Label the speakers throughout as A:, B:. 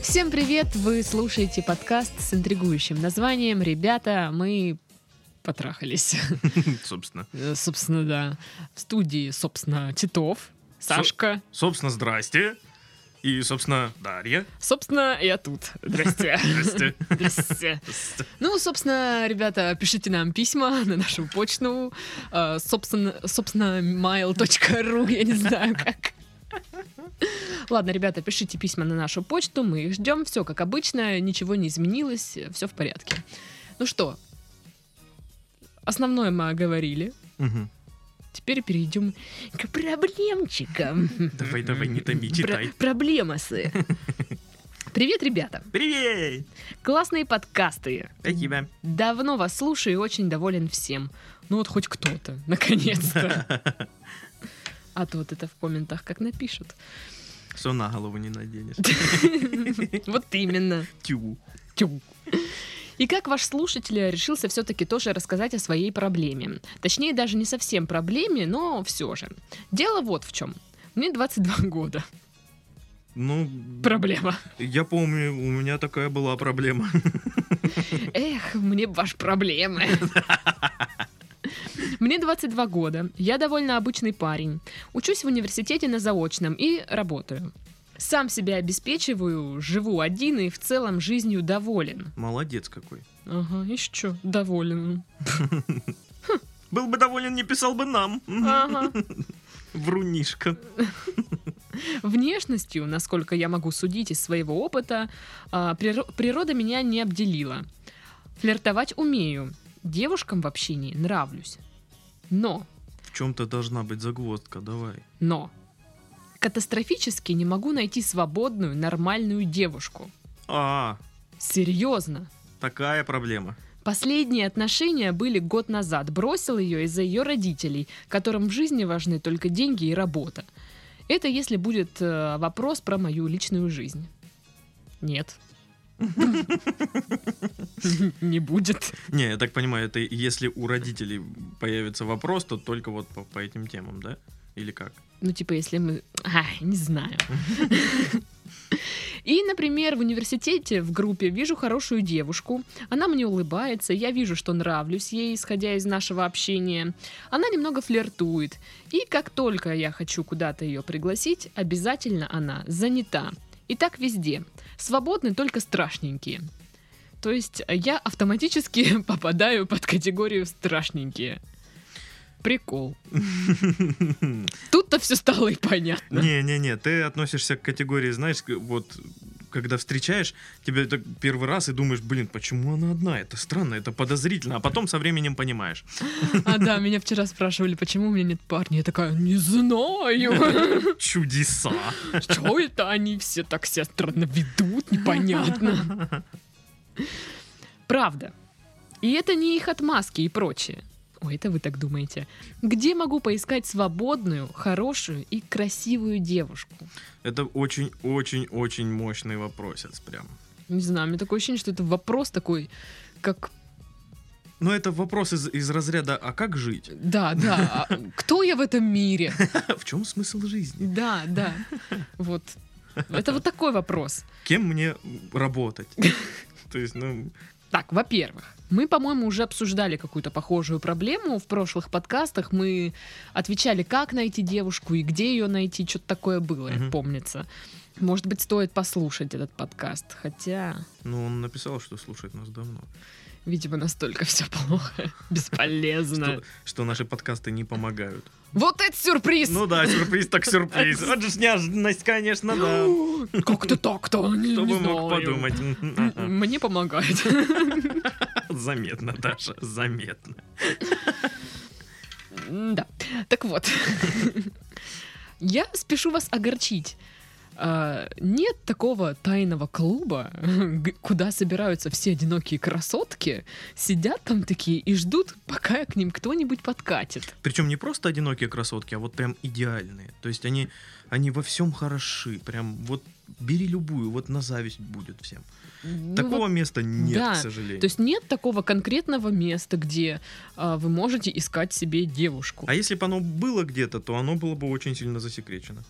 A: Всем привет! Вы слушаете подкаст с интригующим названием «Ребята, мы потрахались».
B: Собственно.
A: Э, Собственно, да. В студии, собственно, Титов, Сашка.
B: Собственно, здрасте. И, собственно, Дарья.
A: Собственно, я тут. Здрасте.
B: Здрасте.
A: Здрасте. Ну, собственно, ребята, пишите нам письма на нашу почту. э, Собственно, собственно mail.ru, я не знаю как. Ладно, ребята, пишите письма на нашу почту, мы их ждем. Все как обычно, ничего не изменилось, все в порядке. Ну что, основное мы оговорили.
B: Мгм.
A: Теперь перейдем к проблемчикам.
B: Давай, давай, не томи, читай.
A: Про- проблемасы. Привет, ребята.
B: Привет!
A: Классные подкасты.
B: Спасибо.
A: Давно вас слушаю и очень доволен всем. Ну вот хоть кто-то, наконец-то. А то вот это в комментах как напишут.
B: Все на голову не наденешь.
A: Вот именно.
B: Тю.
A: Тю. И как ваш слушатель решился все-таки тоже рассказать о своей проблеме. Точнее, даже не совсем проблеме, но все же. Дело вот в чем. Мне 22 года.
B: Ну,
A: Проблема.
B: я помню, у меня такая была проблема.
A: Эх, мне б ваши проблемы. Мне 22 года, я довольно обычный парень. Учусь в университете на заочном и работаю. Сам себя обеспечиваю, живу один и в целом жизнью доволен.
B: Молодец какой.
A: Ага, и что? Доволен.
B: Был бы доволен, не писал бы нам.
A: Ага.
B: Врунишка.
A: Внешностью, насколько я могу судить из своего опыта, а, приро- природа меня не обделила. Флиртовать умею. Девушкам в общении нравлюсь. Но
B: В чем-то должна быть загвоздка, давай.
A: Но катастрофически не могу найти свободную, нормальную девушку.
B: А,
A: Серьезно.
B: такая проблема.
A: Последние отношения были год назад. Бросил ее из-за ее родителей, которым в жизни важны только деньги и работа. Это если будет э, вопрос про мою личную жизнь. Нет. Не будет.
B: Не, я так понимаю, это если у родителей появится вопрос, то только вот по, по этим темам, да? Или как?
A: Ну, типа, если мы... Ай, не знаю. И, например, в университете в группе вижу хорошую девушку, она мне улыбается, я вижу, что нравлюсь ей, исходя из нашего общения. Она немного флиртует, и как только я хочу куда-то ее пригласить, обязательно она занята. И так везде. Свободны только страшненькие. То есть э, я автоматически попадаю под категорию страшненькие. Прикол. Тут-то все стало и понятно.
B: Не-не-не, ты относишься к категории, знаешь, к- вот когда встречаешь, тебе так первый раз и думаешь, блин, почему она одна? Это странно, это подозрительно, а потом со временем понимаешь.
A: А да, меня вчера спрашивали, почему у меня нет парня. Я такая, не знаю.
B: Чудеса!
A: Что это они все так себя странно ведут, непонятно. Правда. И это не их отмазки и прочее. Ой, это вы так думаете. Где могу поискать свободную, хорошую и красивую девушку?
B: Это очень-очень-очень мощный вопросец прям.
A: Не знаю, у меня такое ощущение, что это вопрос такой, как...
B: Но это вопрос из, из разряда «А как жить?»
A: Да, да, а кто я в этом мире?
B: В чем смысл жизни?
A: Да, да. Вот. Это вот такой вопрос.
B: Кем мне работать? То есть, ну,
A: Так, во-первых, мы, по-моему, уже обсуждали какую-то похожую проблему в прошлых подкастах. Мы отвечали, как найти девушку и где ее найти. Что-то такое было,
B: Мгм.
A: помнится. Может быть, стоит послушать этот подкаст. Хотя,
B: ну, он написал, что слушает нас давно.
A: видимо, настолько все плохо. Бесполезно.
B: Что, что наши подкасты не помогают.
A: Вот это сюрприз!
B: Ну да, сюрприз так сюрприз. Вот же няжность, конечно, да.
A: Как ты так-то? Не-
B: Кто
A: не
B: бы мог
A: знаю.
B: подумать?
A: М-
B: М-м-м.
A: Мне помогает.
B: Заметно, Даша, заметно.
A: Да. Так вот. Я спешу вас огорчить. А, Нет такого тайного клуба, г- куда собираются все одинокие красотки, сидят там такие и ждут, пока к ним кто-нибудь подкатит.
B: Причем не просто одинокие красотки, а вот прям идеальные. То есть они, они во всем хороши. Прям вот бери любую, вот на зависть будет всем.
A: Ну
B: Такого
A: вот,
B: места нет,
A: да.
B: к сожалению.
A: то есть нет такого конкретного места, где а, вы можете искать себе девушку.
B: А если бы оно было где-то, то оно было бы очень сильно засекречено.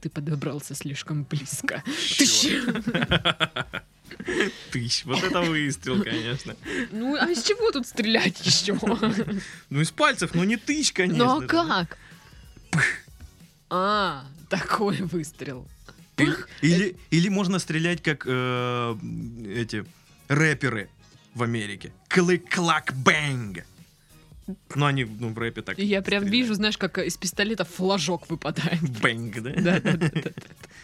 A: Ты подобрался слишком близко.
B: Чёрт. Тыщ. Вот это выстрел, конечно.
A: Ну, а из чего тут стрелять еще?
B: Ну, из пальцев, но не тыщ, конечно.
A: Ну, а
B: же.
A: как? А, такой выстрел.
B: Или, или, или можно стрелять, как э, эти рэперы в Америке. Клык-клак-бэнг. Ну, они ну, в рэпе так
A: И Я прям
B: стреляют.
A: вижу, знаешь, как из пистолета флажок выпадает.
B: Бэнг, да?
A: Да, да, да, да,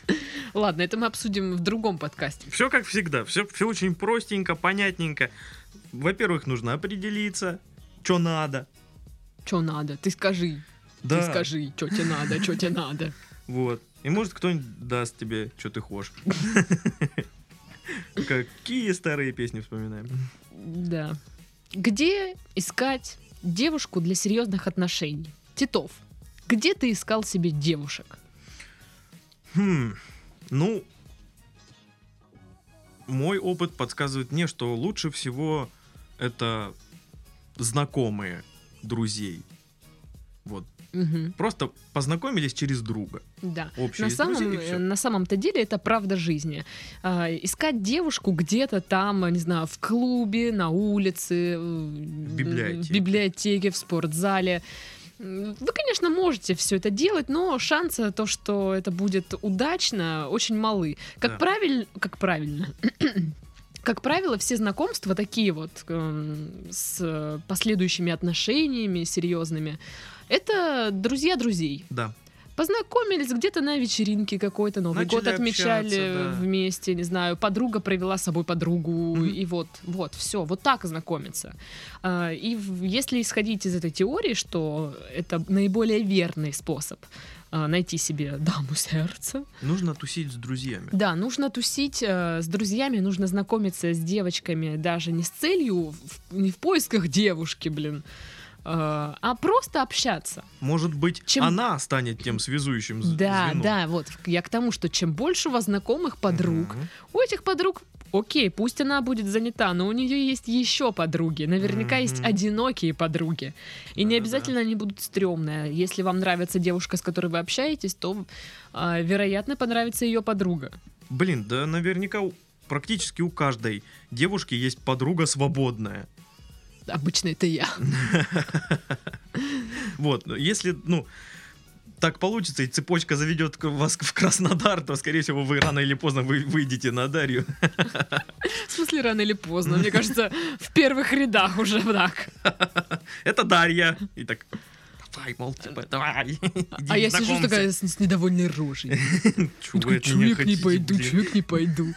A: да. Ладно, это мы обсудим в другом подкасте.
B: Все как всегда, все, все очень простенько, понятненько. Во-первых, нужно определиться, что надо.
A: Что надо? Ты скажи. Ты скажи, что тебе надо, что тебе надо.
B: Вот. И может кто-нибудь даст тебе, что ты хочешь. Какие старые песни вспоминаем.
A: Да. Где искать девушку для серьезных отношений? Титов, где ты искал себе девушек?
B: Хм, ну, мой опыт подсказывает мне, что лучше всего это знакомые друзей. Вот.
A: Мгм.
B: Просто познакомились через друга.
A: Да.
B: Общие
A: На,
B: есть друзья,
A: самом,
B: и всё.
A: на самом-то деле это правда жизни. А, искать девушку где-то там, не знаю, в клубе, на улице, в
B: библиотеке.
A: в, библиотеке, в спортзале. М, Вы, конечно, можете все это делать, но шансы то, что это будет удачно, очень малы. Как
B: Да.
A: правильно, как правильно. Как правило, все знакомства такие вот эм, с э, последующими отношениями серьезными, это друзья друзей.
B: Да.
A: Познакомились где-то на вечеринке какой-то, Новый
B: Начали
A: год отмечали
B: общаться, да.
A: вместе, не знаю, подруга провела с собой подругу,
B: Мгм.
A: и вот, вот, все, вот так знакомиться. А, И в- если исходить из этой теории, что это наиболее верный способ а, найти себе даму сердца,
B: Нужно тусить с друзьями.
A: да, нужно тусить э, с друзьями, нужно знакомиться с девочками даже не с целью, в- не в поисках девушки, блин, э, а просто общаться.
B: Может быть,
A: Чем-
B: она станет тем связующим з-
A: Да,
B: звеном.
A: да, вот я к тому, что чем больше у вас знакомых подруг,
B: Мгм.
A: у этих подруг, окей, пусть она будет занята, но у нее есть еще подруги, наверняка есть
B: Мгм.
A: одинокие подруги, и не
B: Да-да-да.
A: обязательно они будут стрёмные. Если вам нравится девушка, с которой вы общаетесь, то э, вероятно понравится ее подруга.
B: Блин, да наверняка у- практически у каждой девушки есть подруга свободная.
A: Обычно это я.
B: Вот, но если, ну, так получится, и цепочка заведет к- вас в Краснодар, то, скорее всего, вы рано или поздно вы выйдете на Дарью.
A: В смысле, рано или поздно? Мне кажется, в первых рядах уже так.
B: Это Дарья. И так, давай, мол, типа, давай.
A: А я сижу такая с, с недовольной рожей.
B: чувак,
A: Такая, Чё, я к ней пойду, чё, я к ней пойду.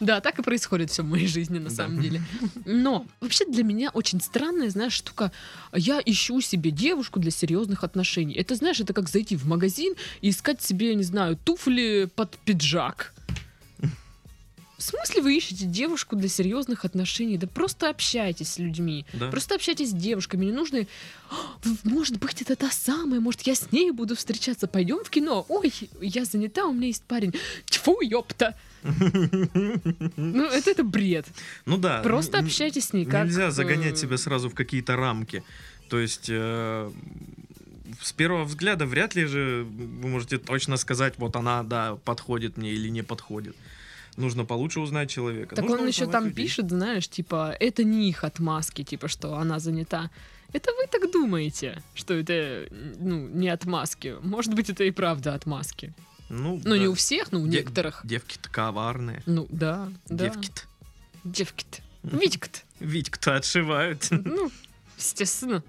A: Да, так и происходит все в моей жизни, на
B: Да.
A: самом деле. Но вообще для меня очень странная, знаешь, штука. Я ищу себе девушку для серьезных отношений. Это, знаешь, это как зайти в магазин и искать себе, не знаю, туфли под пиджак. В смысле вы ищете девушку для серьезных отношений? Да просто общайтесь с людьми.
B: Да.
A: Просто общайтесь с девушками, не нужно. «А, в- Может быть, это та самая, может, я с ней буду встречаться. Пойдем в кино. Ой, я занята, у меня есть парень. Тьфу, ёпта! Ну, это, это бред.
B: Ну да.
A: Просто
B: н- н-
A: общайтесь с ней как,
B: Нельзя загонять
A: э,
B: себя сразу в какие-то рамки. То есть... э, С первого взгляда вряд ли же вы можете точно сказать, вот она, да, подходит мне или не подходит. Нужно получше узнать человека.
A: Так
B: Нужно
A: он еще
B: узнавать
A: там
B: людей.
A: пишет, знаешь, типа, это не их отмазки, типа, что она занята. Это вы так думаете, что это, ну, не отмазки. Может быть, это и правда отмазки.
B: Ну,
A: Ну,
B: да.
A: не у всех, но у
B: Де-
A: некоторых.
B: Девки-то коварные.
A: Ну, да, да.
B: Девки-то.
A: Девки-то. Витька-то.
B: Витька-то отшивают,
A: Ну, естественно.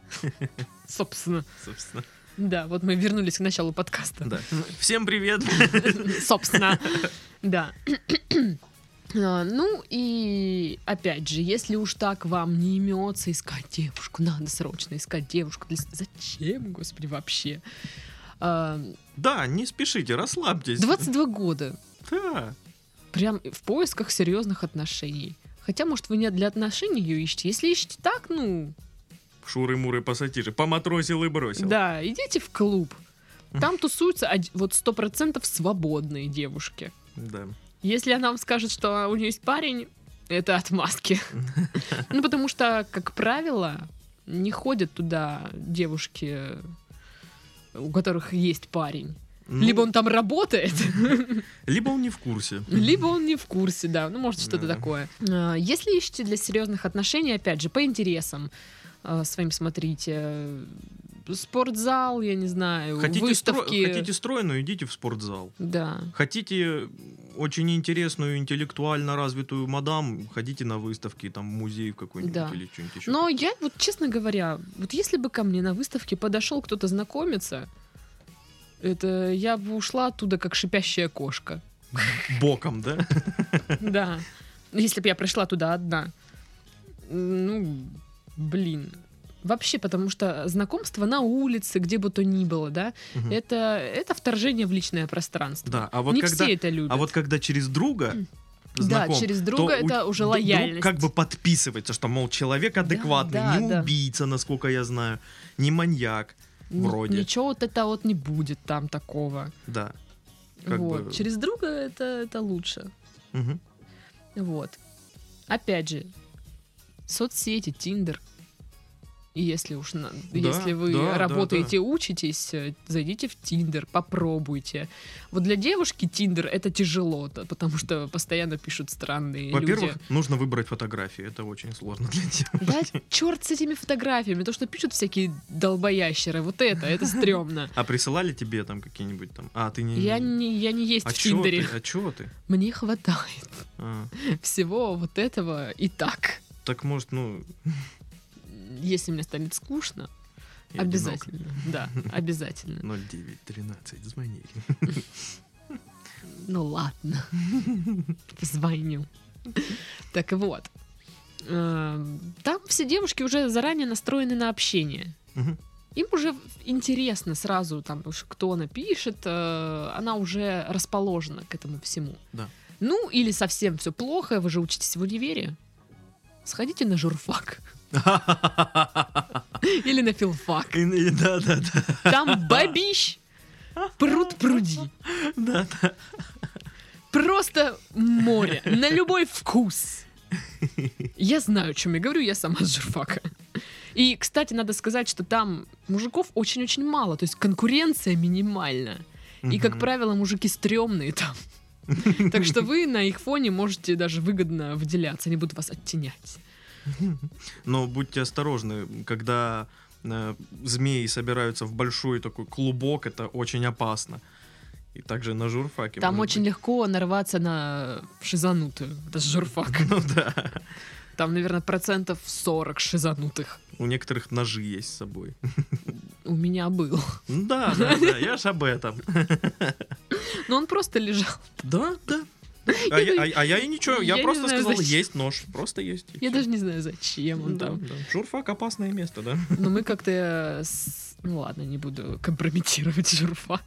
A: Собственно.
B: собственно.
A: Да, вот мы вернулись к началу подкаста.
B: Да. Всем привет.
A: Собственно. Да. А, Ну и опять же, если уж так вам не имется искать девушку, надо срочно искать девушку. Для- Зачем, господи, вообще? А,
B: Да, не спешите, расслабьтесь.
A: 22 года.
B: Да.
A: Прям в поисках серьезных отношений. Хотя, может, вы не для отношений ее ищете. Если ищете так, ну,
B: Шуры-муры пассатижи. Поматросил и бросил.
A: Да, идите в клуб. Там тусуются од- вот сто процентов свободные девушки.
B: Да.
A: Если она вам скажет, что у нее есть парень, это отмазки. Ну, потому что, как правило, не ходят туда девушки у которых есть парень.
B: Ну,
A: Либо он там работает,
B: либо он не в курсе.
A: либо он не в курсе, да. Ну, может, что-то
B: Да.
A: такое. А, Если ищете для серьезных отношений, опять же, по интересам а, своим смотрите. э, Спортзал, я не знаю,
B: Хотите, стро-
A: выставки.
B: хотите стройную, идите в спортзал.
A: Да.
B: Хотите очень интересную, интеллектуально развитую мадам, ходите на выставки, там, в музей в какой-нибудь
A: Да.
B: или что-нибудь еще.
A: Но я, вот честно говоря, вот если бы ко мне на выставке подошел кто-то знакомиться, это я бы ушла оттуда как шипящая кошка.
B: Боком, да?
A: Да. Если бы я пришла туда одна. Ну, блин. Вообще, потому что знакомство на улице, где бы то ни было, да,
B: Мгм.
A: это, это вторжение в личное пространство.
B: Хм. Да, а вот
A: Не
B: когда...
A: все это любят.
B: А вот когда через друга
A: да,
B: знаком,
A: через
B: то
A: друга
B: у-
A: это уже
B: друг
A: лояльность.
B: как бы подписывается, что, мол, человек адекватный,
A: да,
B: не
A: да.
B: убийца, насколько я знаю, не маньяк,
A: Ни-
B: вроде.
A: Ничего вот это вот не будет там такого.
B: да. Как
A: вот.
B: бы-
A: Через друга это, это лучше.
B: Мгм.
A: Вот. Опять же, соцсети, Тиндер. И если уж на-
B: Да,
A: если вы
B: да, да,
A: работаете, учитесь, э, зайдите в Тиндер, попробуйте. Вот для девушки Тиндер это тяжело, да, потому что постоянно пишут странные
B: Во-первых,
A: люди.
B: нужно выбрать фотографии, это очень сложно для девушки.
A: Да, черт с этими фотографиями, то, что пишут всякие долбоящеры, вот это, это стрёмно.
B: А присылали тебе там какие-нибудь там... А, ты не...
A: Я не, я не есть
B: а
A: в
B: чё
A: Тиндере.
B: ты? А чё ты?
A: Мне хватает
B: А,
A: всего вот этого и так.
B: так может, ну...
A: Если мне станет скучно,
B: и
A: Обязательно, да, обязательно.
B: одиноко. 0913, звони.
A: Ну ладно, позвоню. Так вот, эм, там все девушки уже заранее настроены на общение.
B: Мгм.
A: Им уже интересно сразу, там, уж кто она пишет, э, она уже расположена к этому всему.
B: Да.
A: Ну, или совсем все плохо, вы же учитесь в универе. Сходите на журфак или на филфак.
B: И- и- Да, да, да,
A: Там бабищ пруд пруди.
B: да, да.
A: Просто море на любой вкус. Я знаю, о чем я говорю, я сама с журфака. И, кстати, надо сказать, что там мужиков очень-очень мало, то есть конкуренция минимальна. И, как
B: Мгм.
A: правило, мужики стрёмные там. Так что вы на их фоне можете даже выгодно выделяться, они будут вас оттенять.
B: Но будьте осторожны, когда э, змеи собираются в большой такой клубок, это очень опасно. И также на журфаке.
A: Там
B: может
A: очень
B: быть.
A: легко нарваться на шизанутую. Это же журфак.
B: Ну да.
A: Там, наверное, процентов 40 шизанутых.
B: У некоторых ножи есть с собой.
A: У меня был.
B: Ну Да, да, да, я ж об этом.
A: Но он просто лежал.
B: Да, да. А я, а- а я и ничего, я,
A: Я не
B: просто
A: знаю,
B: сказал,
A: зачем.
B: есть нож, просто есть. и
A: Я
B: всё.
A: даже не знаю, зачем он
B: Да,
A: там.
B: да. Журфак опасное место, да?
A: Но мы как-то... э, с- Ну ладно, не буду компрометировать журфак.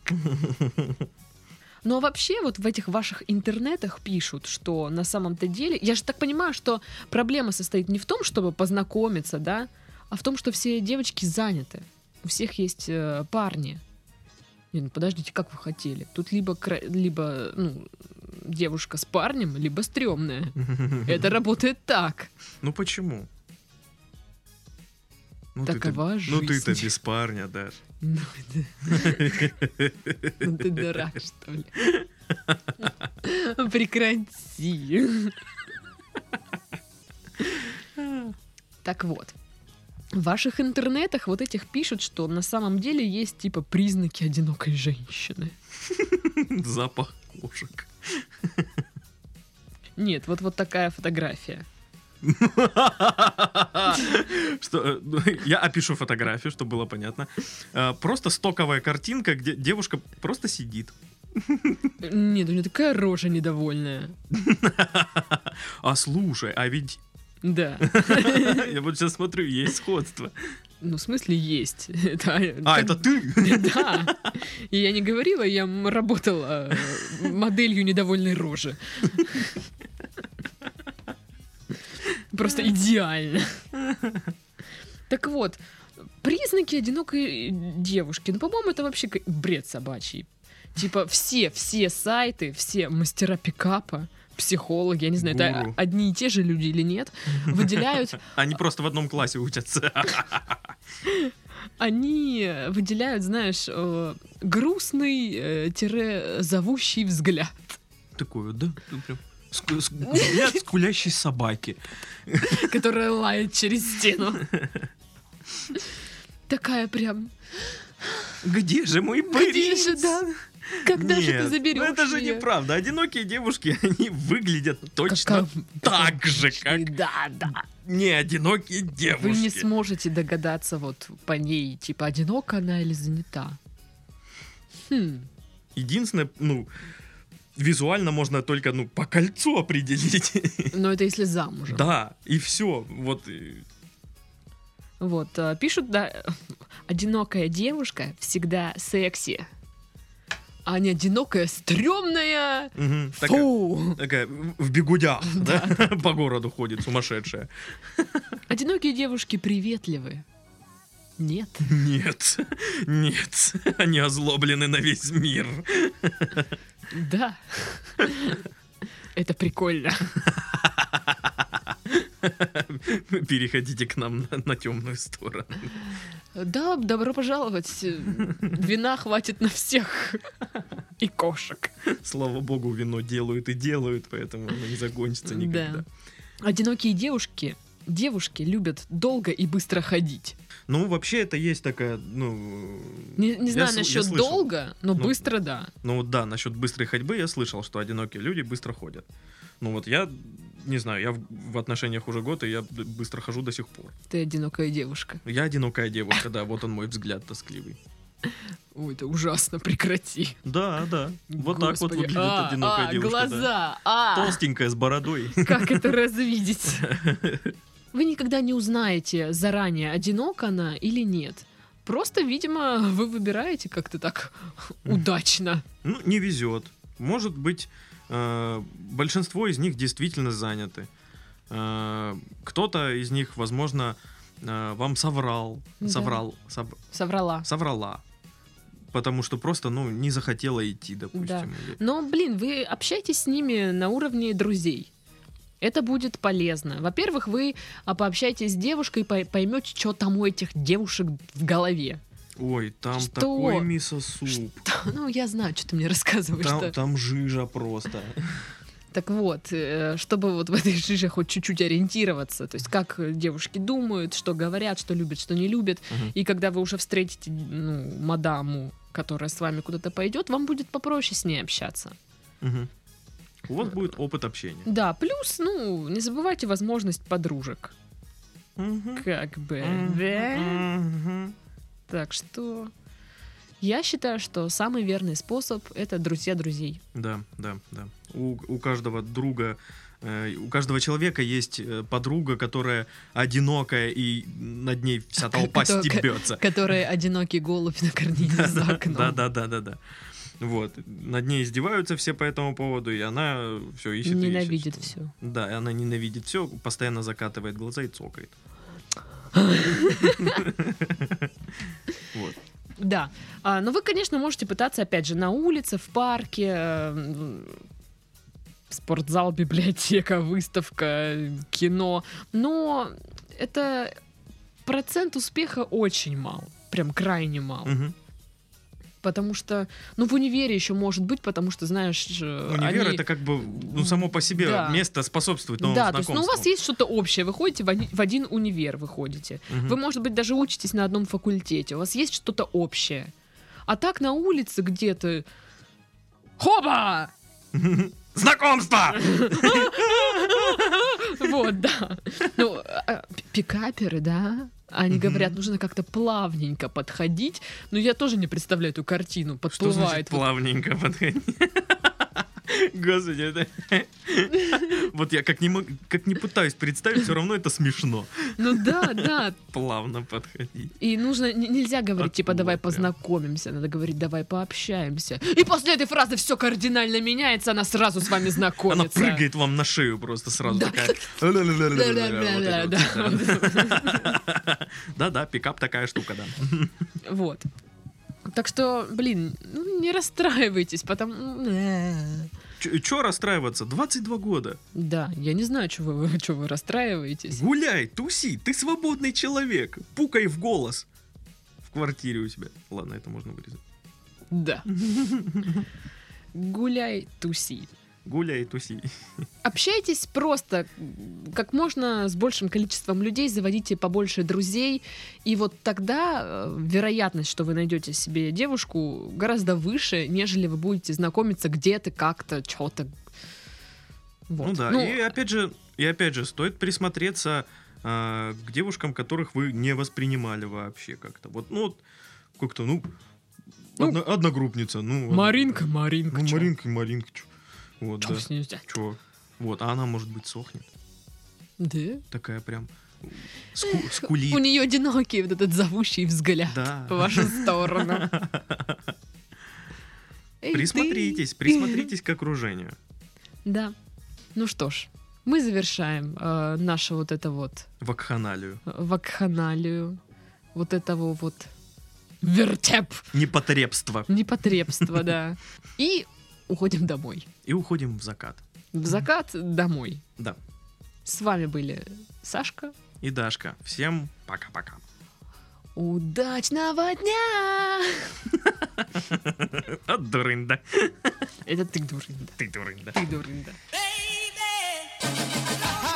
A: Но вообще вот в этих ваших интернетах пишут, что на самом-то деле... Я же так понимаю, что проблема состоит не в том, чтобы познакомиться, да, а в том, что все девочки заняты. У всех есть э, парни. Не, ну подождите, как вы хотели? Тут либо, кра- либо ну, девушка с парнем, либо стрёмная. Это работает так.
B: Ну почему? Ну,
A: Такова
B: ты-то- Ну ты-то
A: жизнь.
B: без парня, да.
A: Ну ты... Ну ты дурак, что ли? Прекрати. Так вот. В ваших интернетах вот этих пишут, что на самом деле есть типа признаки одинокой женщины.
B: Запах кошек.
A: Нет, вот вот такая фотография.
B: Что, э, ну, я опишу фотографию, чтобы было понятно. Э, Просто стоковая картинка, где девушка просто сидит.
A: Нет, у нее такая рожа недовольная.
B: А слушай, а ведь...
A: Да.
B: Я вот сейчас смотрю, есть сходство.
A: Ну, в смысле, есть. Это,
B: А,
A: как
B: это ты?
A: Да. И я не говорила, я м- работала э, моделью недовольной рожи. Просто идеально. Так вот, признаки одинокой девушки. Ну, по-моему, это вообще к- бред собачий. Типа все, все сайты, все мастера пикапа, психологи, я не знаю, это
B: Гуру.
A: одни и те же люди или нет, выделяют
B: Они просто в одном классе учатся.
A: они э, выделяют, знаешь, э, грустный-зовущий взгляд.
B: Такой вот, да? Ну, прям ску- ску- взгляд скулящей собаки.
A: которая лает через стену. Такая прям.
B: Где же мой
A: Где
B: принц?
A: же, да? Когда же
B: Нет,
A: ты
B: ну
A: заберешь?
B: это же
A: её?»
B: неправда. Одинокие девушки, они выглядят точно
A: Каков-
B: так же, как
A: Да, да.
B: не одинокие девушки.
A: Вы не сможете догадаться вот по ней, типа, одинока она или занята. Хм.
B: Единственное, ну, визуально можно только, ну, по кольцу определить.
A: Но это если замужем.
B: Да, и все. Вот и-
A: Вот, а, пишут, да, одинокая девушка всегда секси. А не одинокая, стрёмная.
B: мгм, такая-
A: Фу!
B: такая в бегудях, да, по городу ходит сумасшедшая.
A: Одинокие девушки приветливы. Нет.
B: Нет, нет, они озлоблены на весь мир.
A: Да. Это прикольно.
B: Переходите к нам на, темную сторону.
A: Да, добро пожаловать. Э, Вина хватит на всех. И кошек.
B: Слава богу, вино делают и делают, поэтому оно не закончится никогда.
A: Да. Одинокие девушки, девушки любят долго и быстро ходить.
B: Ну, вообще, это есть такая, ну...
A: Не, не
B: я
A: знаю
B: сл- я
A: насчет
B: слышал.
A: долго, но
B: Ну,
A: быстро да.
B: Ну вот да, насчет быстрой ходьбы я слышал, что одинокие люди быстро ходят. Ну вот я, не знаю, я в, в отношениях уже год, и я б- быстро хожу до сих пор.
A: Ты одинокая девушка.
B: Я одинокая девушка, да, вот он мой взгляд тоскливый.
A: Ой, это ужасно, прекрати.
B: Да, да, вот так вот
A: Господи.
B: выглядит
A: А,
B: одинокая
A: а,
B: девушка. да.
A: глаза, а,
B: Толстенькая, с бородой.
A: как это развидеть? Вы никогда не узнаете заранее, одинока она или нет. Просто, видимо, вы выбираете как-то так удачно.
B: Ну, не везет. Может быть, э, большинство из них действительно заняты. Э, кто-то из них, возможно, э, вам соврал,
A: Да.
B: соврал, соб-
A: Соврала.
B: соврала. Потому что просто, ну, не захотела идти, допустим.
A: Да.
B: или-
A: Но, блин, вы общаетесь с ними на уровне друзей. Это будет полезно. Во-первых, вы а, пообщаетесь с девушкой и поймете, что там у этих девушек в голове.
B: Ой, там
A: Что?
B: такой мисосуп.
A: Ну, я знаю, что ты мне рассказываешь.
B: Там, там жижа просто.
A: Так вот, э, чтобы вот в этой жиже хоть чуть-чуть ориентироваться, то есть как э, девушки думают, что говорят, что любят, что не любят,
B: Мгм.
A: и когда вы уже встретите ну, мадаму, которая с вами куда-то пойдет, вам будет попроще с ней общаться.
B: Мгм. У вас будет опыт общения.
A: Да, плюс, ну, не забывайте возможность подружек.
B: Мгм.
A: Как бы. Да.
B: Мгм.
A: Так что я считаю, что самый верный способ это друзья друзей.
B: Да, да, да. У, у каждого друга, э, у каждого человека есть э, подруга, которая одинокая, и над ней вся толпа
A: Которая-
B: стебется.
A: Которые одинокий голубь на карнизе за окном.
B: Да, да, да, да, да. Вот. Над ней издеваются все по этому поводу, и она все ищет. и ищет,
A: Ненавидит
B: что-
A: все.
B: Да, и она ненавидит все, постоянно закатывает глаза и цокает. Вот.
A: Да. А, но вы, конечно, можете пытаться, опять же, на улице, в парке, э, м, спортзал, библиотека, выставка, э, кино. Но это процент успеха очень мал. Прям крайне мал.
B: Мгм.
A: Потому что, ну, в универе еще может быть, потому что, знаешь, э,
B: Универ
A: они-
B: это как бы ну само по себе
A: Да.
B: место способствует новому
A: Да, то есть, ну, у вас
B: знакомству.
A: есть что-то общее. Вы ходите в, они- в один универ, вы ходите.
B: Мгм.
A: Вы, может быть, даже учитесь на одном факультете. У вас есть что-то общее. А так на улице где-то... Хоба!
B: Знакомство!
A: Вот, да. Ну, а, п- пикаперы, да? Они
B: Мгм.
A: говорят, нужно как-то плавненько подходить. Но я тоже не представляю эту картину.
B: Что значит
A: Подплывает. вот
B: плавненько подходи? Господи, это... Вот я как не, мог- как не пытаюсь представить, все равно это смешно.
A: Ну да, да.
B: Плавно подходить.
A: И нужно, н- нельзя говорить, типа,
B: Оттуда
A: давай
B: прям.
A: познакомимся. Надо говорить, давай пообщаемся. И после этой фразы все кардинально меняется, она сразу с вами
B: Она
A: знакомится.
B: прыгает вам на шею просто сразу
A: Да.
B: такая. Вот
A: Да-да-да-да,
B: это вот.
A: да.
B: Да-да, пикап такая штука, да.
A: Вот. Так что, блин, ну, не расстраивайтесь, э, потому...
B: Ч- Чё расстраиваться? 22 года.
A: Да, я не знаю, чего вы, чё вы расстраиваетесь.
B: Гуляй, туси, ты свободный человек. Пукай в голос. квартире у себя. Ладно, это можно вырезать.
A: Да. Гуляй, туси.
B: Гуляй, туси.
A: Общайтесь просто как можно с большим количеством людей, заводите побольше друзей, и вот тогда э, вероятность, что вы найдете себе девушку, гораздо выше, нежели вы будете знакомиться где-то, как-то, что-то. Вот.
B: Ну да, и опять же, и опять же, стоит присмотреться а, к девушкам, которых вы не воспринимали вообще как-то. Вот, ну, вот, как-то, ну,
A: Ну.
B: одно- одногруппница, ну.
A: Маринка,
B: одно-
A: Маринка.
B: ну,
A: чё?
B: Маринка, Маринка, чё. Вот,
A: Чё
B: да.
A: с ней взять?
B: Чё? Вот, а она, может быть, сохнет.
A: Да.
B: Такая прям ску- скулит.
A: У нее одинокий вот этот зовущий взгляд
B: Да.
A: в вашу сторону. Эй, ты.
B: Присмотритесь, присмотритесь к окружению.
A: Да. Ну что ж, мы завершаем э, наше вот это вот э,
B: Вакханалию.
A: вакханалию, вот этого вот вертеп
B: Непотребство.
A: непотребства, да. И уходим домой.
B: И уходим в закат.
A: В закат домой.
B: Да.
A: С вами были Сашка.
B: И Дашка. Всем пока-пока.
A: Удачного дня!
B: От А, дурында.
A: Это ты дурында.
B: Ты дурында.
A: Ты дурында.
C: Baby, I